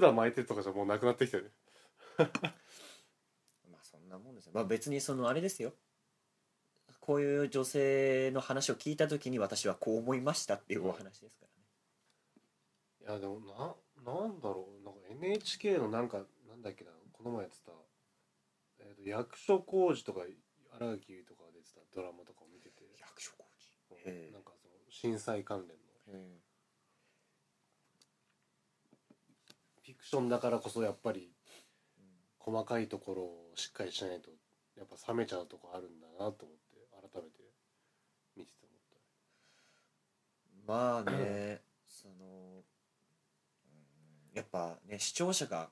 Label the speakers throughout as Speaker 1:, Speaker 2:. Speaker 1: 管巻いてとかじゃもうなくなってきたよね
Speaker 2: まあそんなもんですよまあ別にそのあれですよこういう女性の話を聞いた時に私はこう思いましたっていうお話ですからね
Speaker 1: いやでもななんだろうなんか NHK のなんかなんだっけなこの前やってた、えー、と役所広司とか荒木優とかが出てたドラマとかを見てて、
Speaker 2: 役所工事
Speaker 1: うんなんかその震災関連のフィクションだからこそやっぱり細かいところをしっかりしないとやっぱ冷めちゃうとこあるんだなと思って改めて見てて思った
Speaker 2: まあ ねそのうんやっぱね視聴者が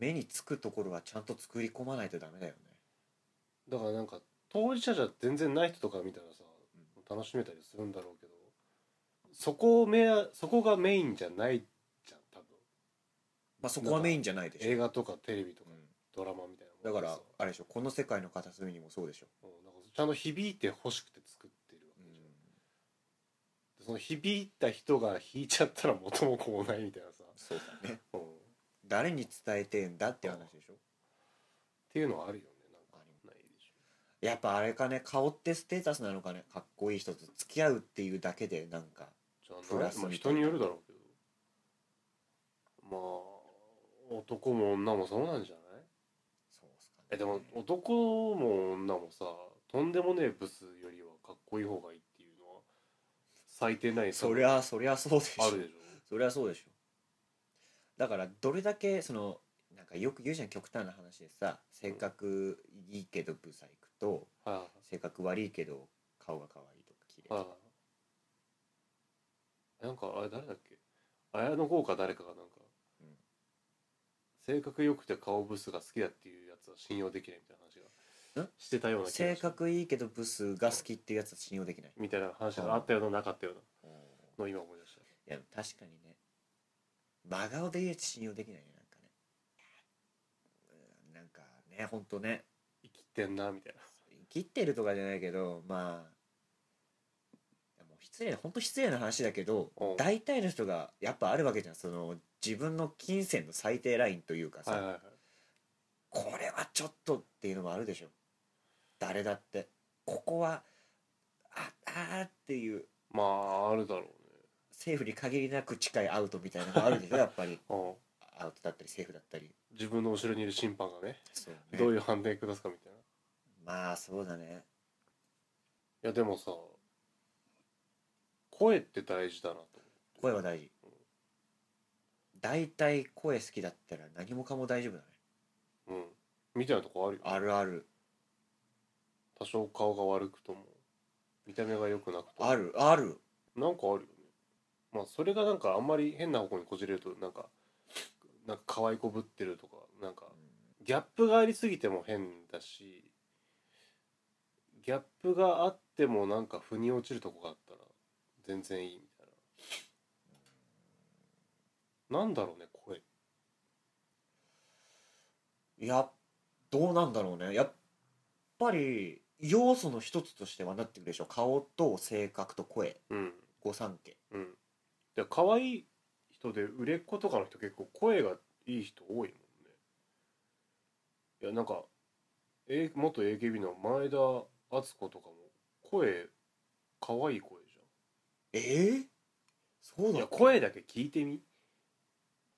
Speaker 2: 目につくところはちゃんと作り込まないとダメだよね
Speaker 1: だからなんか当事者じゃ全然ない人とか見たらさ楽しめたりするんだろうけどそこをめそこがメインじゃないじゃん多分
Speaker 2: まあそこはメインじゃないでしょ
Speaker 1: 映画とかテレビとか
Speaker 2: うん
Speaker 1: ドラマみたいなも
Speaker 2: だか
Speaker 1: んで
Speaker 2: ら
Speaker 1: さ
Speaker 2: あれでしょこの世界の片隅にもそうでしょ、
Speaker 1: うんなんかちゃんと響いてほしくて作ってるわけじゃん、でその響いた人が弾いちゃったら元も子もないみたいなさ、
Speaker 2: そうだね
Speaker 1: うんっ
Speaker 2: 誰に伝えてんだって話でしょ
Speaker 1: ていうのはあるよねなんか
Speaker 2: あり
Speaker 1: ないでしょ
Speaker 2: やっぱあれかね顔ってステータスなのかねかっこいい人と付き合うっていうだけでなんか
Speaker 1: じゃあ
Speaker 2: プラス
Speaker 1: まあ
Speaker 2: みた
Speaker 1: 人
Speaker 2: いな
Speaker 1: によるだろうけどまあ男も女もそうなんじゃない
Speaker 2: そうっすかね
Speaker 1: えでも男も女もさとんでもねえブスよりはかっこいい方がいいっていうのは最低ない
Speaker 2: そりゃそりゃそうでしょ
Speaker 1: あるでしょ
Speaker 2: そりゃそうでしょだからどれだけそのなんかよく言うじゃん極端な話でさ性格いいけどブサイクと
Speaker 1: はいはい
Speaker 2: 性格悪いけど顔が可愛いとか綺麗と
Speaker 1: はい
Speaker 2: か
Speaker 1: はいなんかあれ誰だっけ綾野剛か誰かがなんか、
Speaker 2: うん
Speaker 1: 性格良くて顔ブスが好きだっていうやつは信用できないみたいな話が
Speaker 2: ん
Speaker 1: してたような気がする
Speaker 2: 性格いいけどブスが好きっていうやつは信用できない
Speaker 1: みたいな話があったようななかったよう
Speaker 2: い
Speaker 1: なのを今思い出した
Speaker 2: や確かにね真顔で言うやつ信用できないねなんかねうんなんかねほんとね
Speaker 1: 生きてんなみたいな
Speaker 2: 切ってるとかじゃないけどまあいやもう失礼本当失礼な話だけど
Speaker 1: うん
Speaker 2: 大体の人がやっぱあるわけじゃんその自分の金銭の最低ラインというかさ、
Speaker 1: はいはいはい
Speaker 2: これはちょっとっていうのもあるでしょ誰だってここはああーっていう
Speaker 1: まああるだろうね
Speaker 2: 政府に限りなく近いアウトみたいなのもあるで しょやっぱり
Speaker 1: うん
Speaker 2: アウトだったり政府だったり
Speaker 1: 自分の後ろにいる審判がね
Speaker 2: そう
Speaker 1: どういう判定下すかみたいな
Speaker 2: まあそうだね
Speaker 1: いやでもさ声って大事だなと
Speaker 2: 声は大事大体声好きだったら何もかも大丈夫だね
Speaker 1: 思ううんみたいなとこあるよ
Speaker 2: あるある
Speaker 1: 多少顔が悪くとも見た目が良くなくとも
Speaker 2: あるある
Speaker 1: なんかあるよねまあそれがなんかあんまり変な方向にこじれるとなんかなんか可愛いこぶってるとかなんかギャップがありすぎても変だしギャップがあってもなんか腑に落ちるとこがあったら全然いいみたいななんだろうね声
Speaker 2: いやどうなんだろうねやっぱり要素の一つとしてはなってくるでしょ顔と性格と声
Speaker 1: うん
Speaker 2: 御三家
Speaker 1: うんで可愛い人で売れっ子とかの人結構声がいい人多いもんねいやなんか、A、元 AKB の前田敦子とかも声可愛い声じ
Speaker 2: ええそ
Speaker 1: ゃ
Speaker 2: う
Speaker 1: んい
Speaker 2: だ
Speaker 1: や
Speaker 2: よ
Speaker 1: 声だけ聞いてみ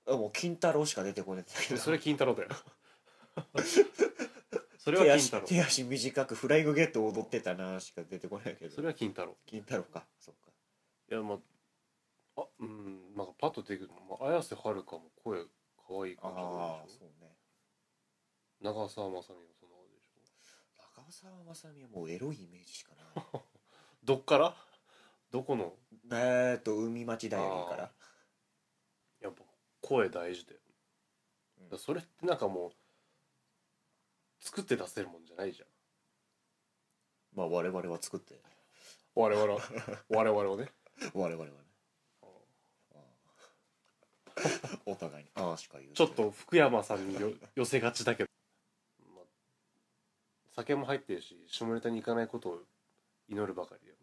Speaker 2: もう金太郎しか出てこないんだけ
Speaker 1: で
Speaker 2: ど
Speaker 1: それ金太郎だよ それ
Speaker 2: 手
Speaker 1: は金
Speaker 2: 足
Speaker 1: 太郎
Speaker 2: 手足短くフライングゲット踊ってたなしか出てこないけ
Speaker 1: そ
Speaker 2: ど
Speaker 1: れは金太郎
Speaker 2: 金太郎かそっか
Speaker 1: いやまああうんなんかパッと出てくるまあ、綾瀬はるかも声可愛い感じ
Speaker 2: ああ
Speaker 1: でし
Speaker 2: そうね
Speaker 1: ょ長澤まさみもそんなことでしょ
Speaker 2: 長澤まさみはもうエロいイメージしかない
Speaker 1: どっからどこの
Speaker 2: えーっと海町ダイアリーから
Speaker 1: やっぱ声大事だよ、
Speaker 2: うん
Speaker 1: だからそれってなんかもう作って出せるもんじゃないじゃん
Speaker 2: まあ我々は作って
Speaker 1: 我々は 我々をね
Speaker 2: 我々はね お互いにああしか言う
Speaker 1: ちょっと福山さんによ寄せがちだけど、まあ酒も入ってるし下ネタに行かないことを祈るばかりだよね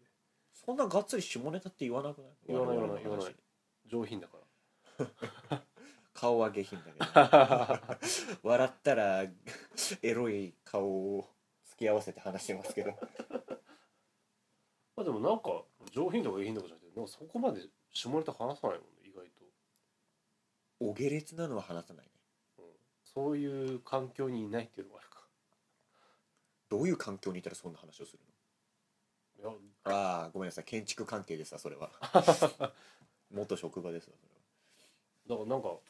Speaker 2: そんながっつり下ネタって言わなくない
Speaker 1: 言わない
Speaker 2: 我々の
Speaker 1: 言わない
Speaker 2: 話
Speaker 1: 上品だか
Speaker 2: 顔は下品だけど
Speaker 1: ら
Speaker 2: 笑ったらエロい顔を付き合わせて話してますけど
Speaker 1: まあでもなんか上品とか下品とかじゃなくてなんかそこまで下ネタ話さないもんね意外と、
Speaker 2: お下劣なのは話さないね
Speaker 1: うん、そういう環境にいないっていうのもあるか
Speaker 2: どういう環境にいたらそんな話をする
Speaker 1: いや
Speaker 2: のああごめんなさい建築関係でさそ れは元職場ですわそれは
Speaker 1: だからなんか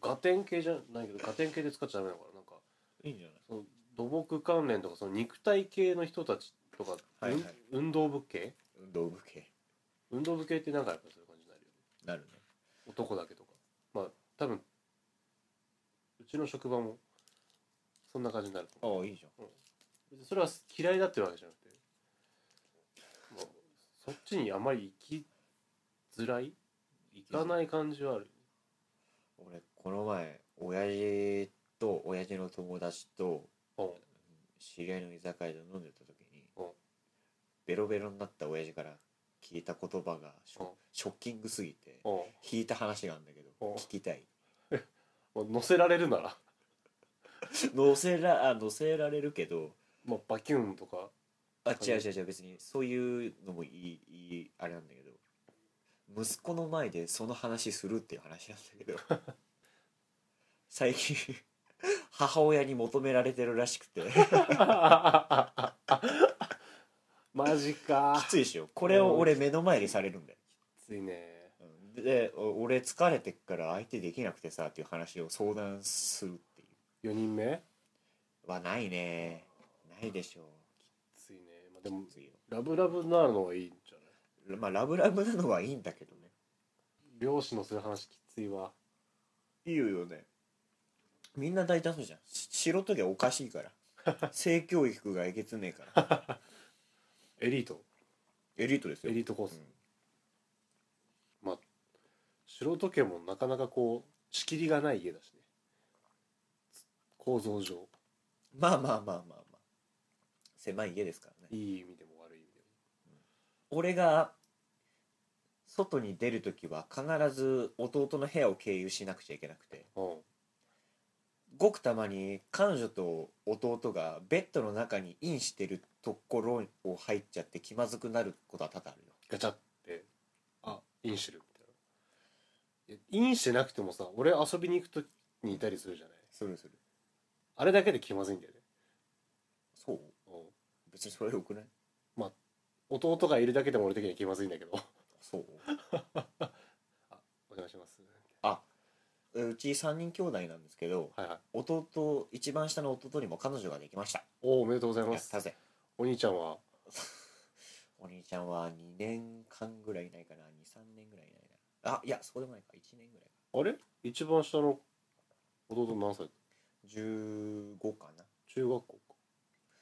Speaker 1: ガテン系じゃないけどガテン系で使っちゃダメだからなんか
Speaker 2: いいんじゃない
Speaker 1: その土木関連とかその肉体系の人たちとか、
Speaker 2: はいはい
Speaker 1: 運運動部系
Speaker 2: 運動部系
Speaker 1: 運動部系ってなんかやっぱそういう感じになるよね
Speaker 2: なるね
Speaker 1: 男だけとかまあ多分うちの職場もそんな感じになると思う
Speaker 2: ああいいじゃん
Speaker 1: 別にそれは嫌いだっていうわけじゃなくて、まあ、そっちにあまり行きづらい行かない感じはある
Speaker 2: 俺この前親父と親父の友達と
Speaker 1: うん
Speaker 2: 知り合いの居酒屋で飲んでた時に
Speaker 1: うん
Speaker 2: ベロベロになった親父から聞いた言葉がショ,、
Speaker 1: うん
Speaker 2: ショッキングすぎて
Speaker 1: うん
Speaker 2: 引いた話があるんだけど
Speaker 1: うん
Speaker 2: 聞きたい
Speaker 1: まあ乗せられるなら、
Speaker 2: 乗せらあ乗せられるけど
Speaker 1: まあ、バキューンと か
Speaker 2: あ
Speaker 1: い
Speaker 2: 違う違う違う別にそういうのもいいいいあれなんだけど息子の前でその話するっていう話なんだけど最近母親に求められてるらしくて
Speaker 1: マジ
Speaker 2: き
Speaker 1: か
Speaker 2: ついでしょこれを俺目の前にされるんだよ
Speaker 1: きついね
Speaker 2: うんでお俺疲れてっから相手できなくてさっていう話を相談するってい
Speaker 1: 4人目
Speaker 2: うはないねないでしょう
Speaker 1: きついね、まあ、でも
Speaker 2: きついよ
Speaker 1: ラブラブになるのがいいんじゃない
Speaker 2: まあラブラブなのはいいんだけどね
Speaker 1: 漁師のする話きついわ
Speaker 2: いいよねみんな大体そうじゃんし素人げおかしいから 性教育がえげつねえから
Speaker 1: エリート
Speaker 2: エリートです
Speaker 1: エ
Speaker 2: よ
Speaker 1: リートコース、
Speaker 2: うん
Speaker 1: まあ素人家もなかなかこう仕切りがない家だしね構造上
Speaker 2: まあまあまあまあまあ狭い家ですからね
Speaker 1: いい意味でも悪い意味でも
Speaker 2: 俺が外に出る時は必ず弟の部屋を経由しなくちゃいけなくて
Speaker 1: うん
Speaker 2: ごくたまに彼女と弟がベッドの中にインしてるところを入っちゃって気まずくなることは多々あるよ
Speaker 1: ガチャってあインしてるみたいないやインしてなくてもさ俺遊びに行くときにいたりするじゃない
Speaker 2: するする
Speaker 1: あれだけで気まずいんだよね、
Speaker 2: そう
Speaker 1: うん
Speaker 2: 別にそれよくない
Speaker 1: 弟がいるだけでも俺的には気まずいんだけど
Speaker 2: そう
Speaker 1: お願いします
Speaker 2: うち3人兄弟なんですけど
Speaker 1: はいはい
Speaker 2: 弟一番下の弟にも彼女ができました
Speaker 1: おおおめでとうござい
Speaker 2: や
Speaker 1: ま
Speaker 2: っ
Speaker 1: す
Speaker 2: たぜ
Speaker 1: お兄ちゃんは
Speaker 2: お兄ちゃんは2年間ぐらいいないかな23年ぐらいいないなあいやそうでもないか1年ぐらい
Speaker 1: あれ一番下の弟何歳
Speaker 2: 15かな
Speaker 1: 中学校か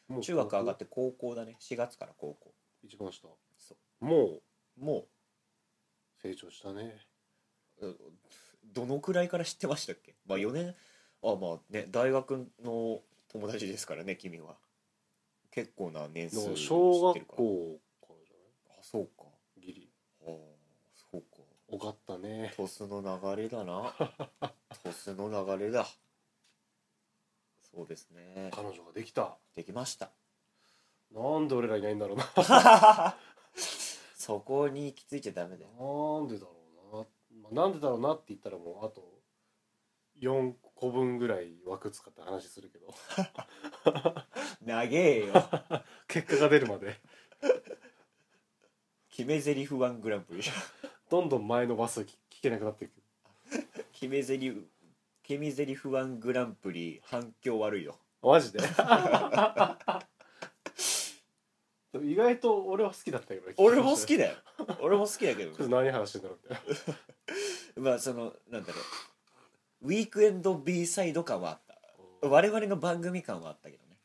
Speaker 1: もう
Speaker 2: 中学上がって高校だね4月から高校
Speaker 1: 一番下
Speaker 2: そ
Speaker 1: もう
Speaker 2: も
Speaker 1: 成長したね
Speaker 2: ううどのくらいから知ってましたっけまあ4年あまあね大学の友達ですからね君は結構な年
Speaker 1: だか
Speaker 2: 数
Speaker 1: ら
Speaker 2: 知っ
Speaker 1: 小
Speaker 2: てる
Speaker 1: 学
Speaker 2: から
Speaker 1: 校からじ
Speaker 2: あそうか
Speaker 1: ゃないギリ
Speaker 2: ああそうか
Speaker 1: おかったね
Speaker 2: トスの流れだ なトスの流れだそうですね
Speaker 1: 彼女ができた
Speaker 2: できました
Speaker 1: なんで俺らいないんだろうな
Speaker 2: そこに行き着いちゃダメだよ
Speaker 1: なんでだろうな、まあ、なんでだろうなって言ったらもうあと4個分ぐらい枠使って話するけど
Speaker 2: 長えよ
Speaker 1: 結果が出るまで
Speaker 2: 決め台詞ワングランプリ
Speaker 1: どんどん前のバス聞けなくなっていく
Speaker 2: 決め台詞決め台詞ワングランプリ反響悪いよ
Speaker 1: マジででも意外と俺は好きだったけどね
Speaker 2: 俺も好
Speaker 1: ち
Speaker 2: きだよ 俺も好きだけど
Speaker 1: ょっと何話してんだろうみたいな
Speaker 2: まあそのなんだろうウィークエンド B サイド感はあった我々の番組感はあったけどね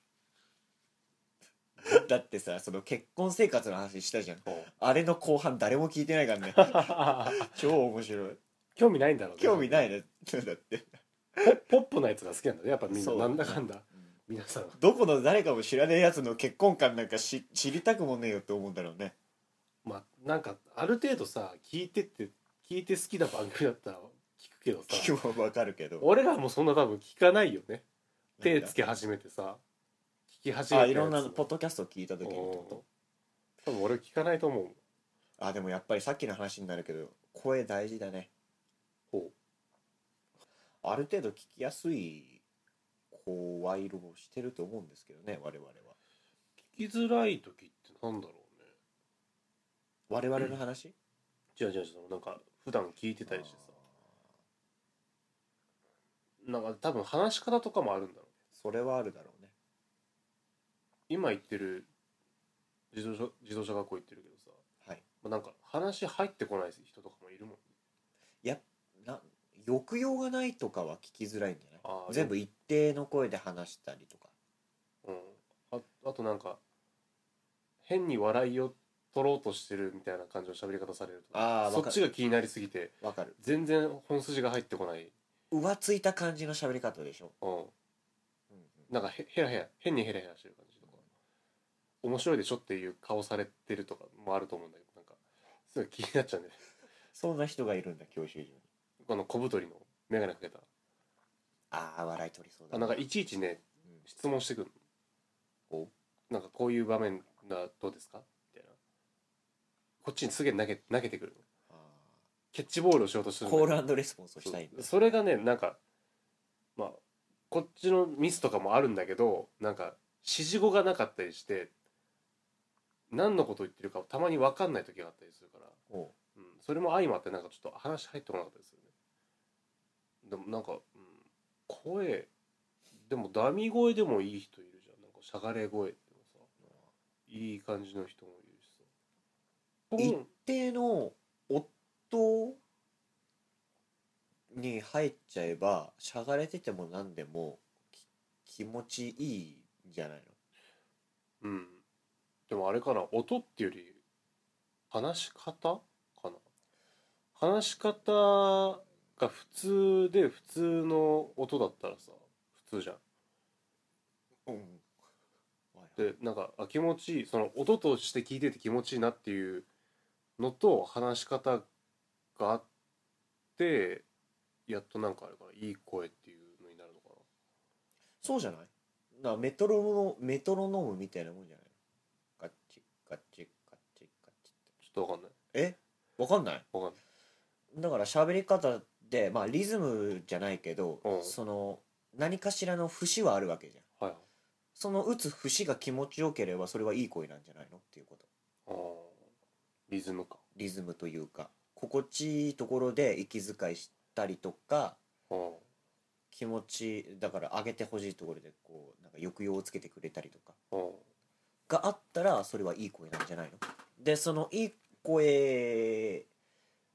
Speaker 2: だってさその結婚生活の話したじゃん
Speaker 1: うん
Speaker 2: あれの後半誰も聞いてない からね超面白い
Speaker 1: 興味ないんだろうね
Speaker 2: 興味ないねだって
Speaker 1: ポポップなやつが好きなんだねやっぱみんな
Speaker 2: そう
Speaker 1: なんだかんだ皆さん
Speaker 2: どこの誰かも知らねえやつの結婚観なんかし知りたくもねえよって思うんだろうね
Speaker 1: まあなんかある程度さ聞いてって聞いて好きな番組だったら聞くけど
Speaker 2: 聞
Speaker 1: さ
Speaker 2: くもわかるけど
Speaker 1: 俺らもそんな多分聞かないよね手つ
Speaker 2: け
Speaker 1: け始めてさ聞き始め
Speaker 2: あ
Speaker 1: たやつ
Speaker 2: いろんなポッドキャスト聞いた時にってこ
Speaker 1: うん多分俺聞かないと思う
Speaker 2: とあでもやっぱりさっきの話になるけど声大事だね
Speaker 1: ほ
Speaker 2: ある程度聞きやすい声色をしてると思うんですけどね我々は
Speaker 1: 聞きづらい時ってなんだろうね
Speaker 2: 我々の話、
Speaker 1: 違う違う違うなんか普段聞いてたりしてさなんか多分話し方とかもあるんだろうね
Speaker 2: それはあるだろうね
Speaker 1: 今行ってる自動車自動車学校行ってるけどさ、
Speaker 2: はい
Speaker 1: まあ、なんか話入ってこない人とかもいるもんね
Speaker 2: な抑揚がないとかは聞きづらいんじゃない
Speaker 1: あー
Speaker 2: 全部一定の声で話したりとか
Speaker 1: うん、ああとなんか変に笑いを取ろうとしてるみたいな感じの喋り方されると
Speaker 2: ああ
Speaker 1: そ
Speaker 2: わか
Speaker 1: っち
Speaker 2: る
Speaker 1: が気になりすぎて
Speaker 2: わかる
Speaker 1: 全然本筋が入ってこない、
Speaker 2: 浮ついた感じの喋り方でしょ、
Speaker 1: うん、なんかへヘラヘラ変にヘラヘラしてる感じとか面白いでしょっていう顔されてるとかもあると思うんだけどなんかすごい気になっちゃうんで
Speaker 2: そんな人がいるんだ教習所に
Speaker 1: この小太りの眼鏡かけた
Speaker 2: ああ笑い取りそうだ
Speaker 1: あなんかいちいちね
Speaker 2: うん
Speaker 1: 質問してくる
Speaker 2: お
Speaker 1: なんかこういう場面がどうですかみたいなこっちにすげえ投げ投げてくるの
Speaker 2: あ
Speaker 1: キャッチボールをしようとしてる
Speaker 2: ーコ
Speaker 1: の
Speaker 2: ールレスポンスをしたいんだ
Speaker 1: それがねなんかまあこっちのミスとかもあるんだけどなんか指示語がなかったりして何のこと言ってるかたまに分かんない時があったりするから、
Speaker 2: おう
Speaker 1: うん、それも相まってなんかちょっと話入ってこなかったですよねでもなんか、うん、声でもダミ声でもいい人いるじゃんなんかしゃがれ声でもさいい感じの人もいるしさ
Speaker 2: い一定の夫に入っちゃえばしゃがれてても何でもき気持ちいいんじゃないの
Speaker 1: うんでもあれかな音っていうより話し方かな話し方が普通で普通の音だったらさ普通じゃん
Speaker 2: うん
Speaker 1: でなんかあ気持ちいいその音として聞いてて気持ちいいなっていうのと話し方があってやっとなんかあれかないい声っていうのになるのか
Speaker 2: そうじゃないなメトロノメトロノームみたいなもんじゃないのガッチガッチガッチガッ
Speaker 1: な
Speaker 2: チっ
Speaker 1: ちょっとわかんない
Speaker 2: てえわかんない
Speaker 1: わかんない
Speaker 2: だから喋り方でまあリズムじゃないけど、
Speaker 1: うん
Speaker 2: その何かしらの節はあるわけじゃん
Speaker 1: はいはい
Speaker 2: その打つ節が気持ちよければそれはいい声なんじゃないのっていうこと
Speaker 1: あーリズムか
Speaker 2: リズムというか心地いいところで息遣いしたりとか
Speaker 1: あー
Speaker 2: 気持ちだから上げてほしいところでこうなんか抑揚をつけてくれたりとか
Speaker 1: あー
Speaker 2: があったらそれはいい声なんじゃないのでそのいい声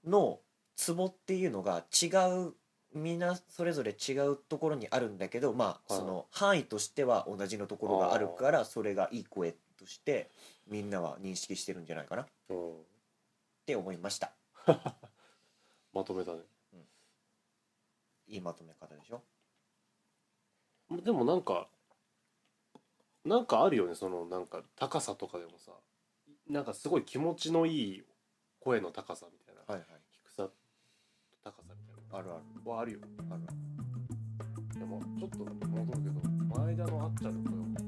Speaker 2: のツボっていうのが違うみんなそれぞれ違うところにあるんだけどまあ
Speaker 1: はい
Speaker 2: その範囲としては同じのところがあるからそれがいい声としてみんなは認識してるんじゃないかなっ
Speaker 1: うん
Speaker 2: て思いました
Speaker 1: まとめたね
Speaker 2: いいまとめ方でしょ
Speaker 1: でもなんかなんかあるよねそのなんか高さとかでもさなんかすごい気持ちのいい声の高さみたいな、
Speaker 2: はいはい
Speaker 1: 低さ高さみたいな
Speaker 2: あるある
Speaker 1: はあるよね
Speaker 2: あるある
Speaker 1: でもちょっと戻るけど前田のあっちゃんの声を